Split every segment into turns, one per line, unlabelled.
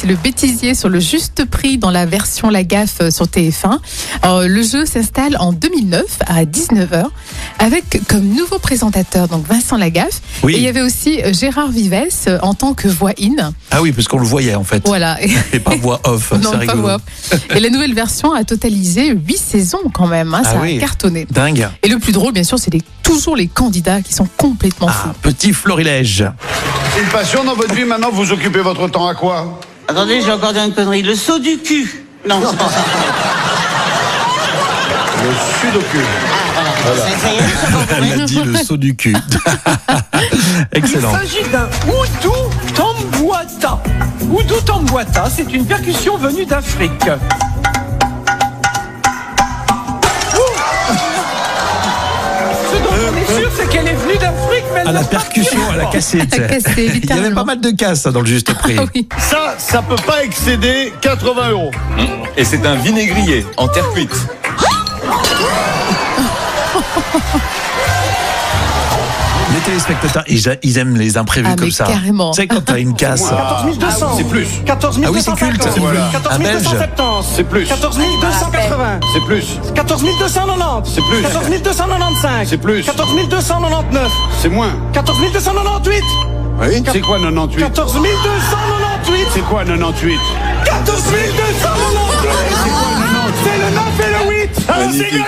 c'est le bêtisier sur le juste prix dans la version La Gaffe euh, sur TF1. Euh, le jeu s'installe en 2009 à 19h avec comme nouveau présentateur donc Vincent Lagaffe.
Oui.
Et il y avait aussi euh, Gérard Vives euh, en tant que voix-in.
Ah oui, parce qu'on le voyait en fait.
Voilà. Et-
Et pas voix off,
non,
c'est
pas
rigolo.
voix. Et la nouvelle version a totalisé 8 saisons quand même. hein,
Ah
ça
oui.
a cartonné.
Dingue.
Et le plus drôle, bien sûr, c'est les- toujours les candidats qui sont complètement fous.
Ah, petit florilège.
Une passion dans votre vie maintenant, vous occupez votre temps à quoi
Attendez, j'ai encore dit une connerie. Le saut du cul. Non, c'est pas ça.
Le sudoku.
Ah, Ça- ça y est, ça va, vous
Elle a dit le saut du cul. Excellent.
Il s'agit d'un Oudou Tamboata. Oudou Tamboata, c'est une percussion venue d'Afrique. Ouh Ce dont on est sûr, c'est qu'elle est venue d'Afrique, mais elle
Euh, À la
n'a pas
percussion,
pris
à la
forme.
cassée. tu sais.
cassée,
Il y avait
littéralement.
pas mal de casses ça, dans le juste prix.
Ah oui.
Ça, ça peut pas excéder 80 euros.
Et c'est un vinaigrier en terre cuite.
Les téléspectateurs, ils, a- ils aiment les imprévus
Ah,
comme
mais
ça.
carrément.
Tu sais, quand t'as une casse.
14 200.
C'est plus.
14
Ah oui, c'est culte.
250.
Voilà.
14
Un Belge.
270.
C'est plus.
14 280.
C'est plus.
14 290.
C'est plus.
14 295.
C'est plus.
14 299.
C'est moins.
14 298.
C'est quoi 98
14 298.
C'est quoi 98
14 292 C'est le 9 et le 8 Alors c'est gagné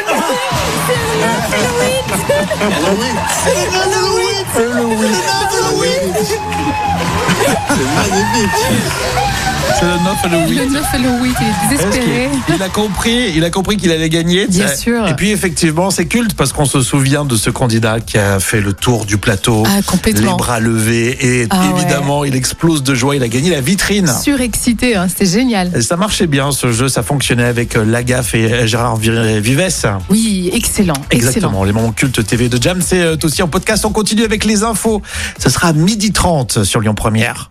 C'est le 9 et le 8.
Le 9 et le 8, il est
Est-ce
désespéré.
qu'il- Il a compris, il a compris qu'il allait gagner.
Bien
tu sais.
sûr.
Et puis effectivement, c'est culte parce qu'on se souvient de ce candidat qui a fait le tour du plateau,
Ah, complètement.
les bras levés et
Ah ouais.
évidemment, il explose de joie. Il a gagné la vitrine.
Surexcité, hein, c'était génial.
Et ça marchait bien ce jeu, ça fonctionnait avec euh, Lagaffe et euh, Gérard Vi- Vives.
Oui, excellent, excellent.
Exactement, les moments cultes TV de Jam, c'est euh, aussi en podcast. On continue avec les infos. Ce sera à midi 30 sur Lyon Première.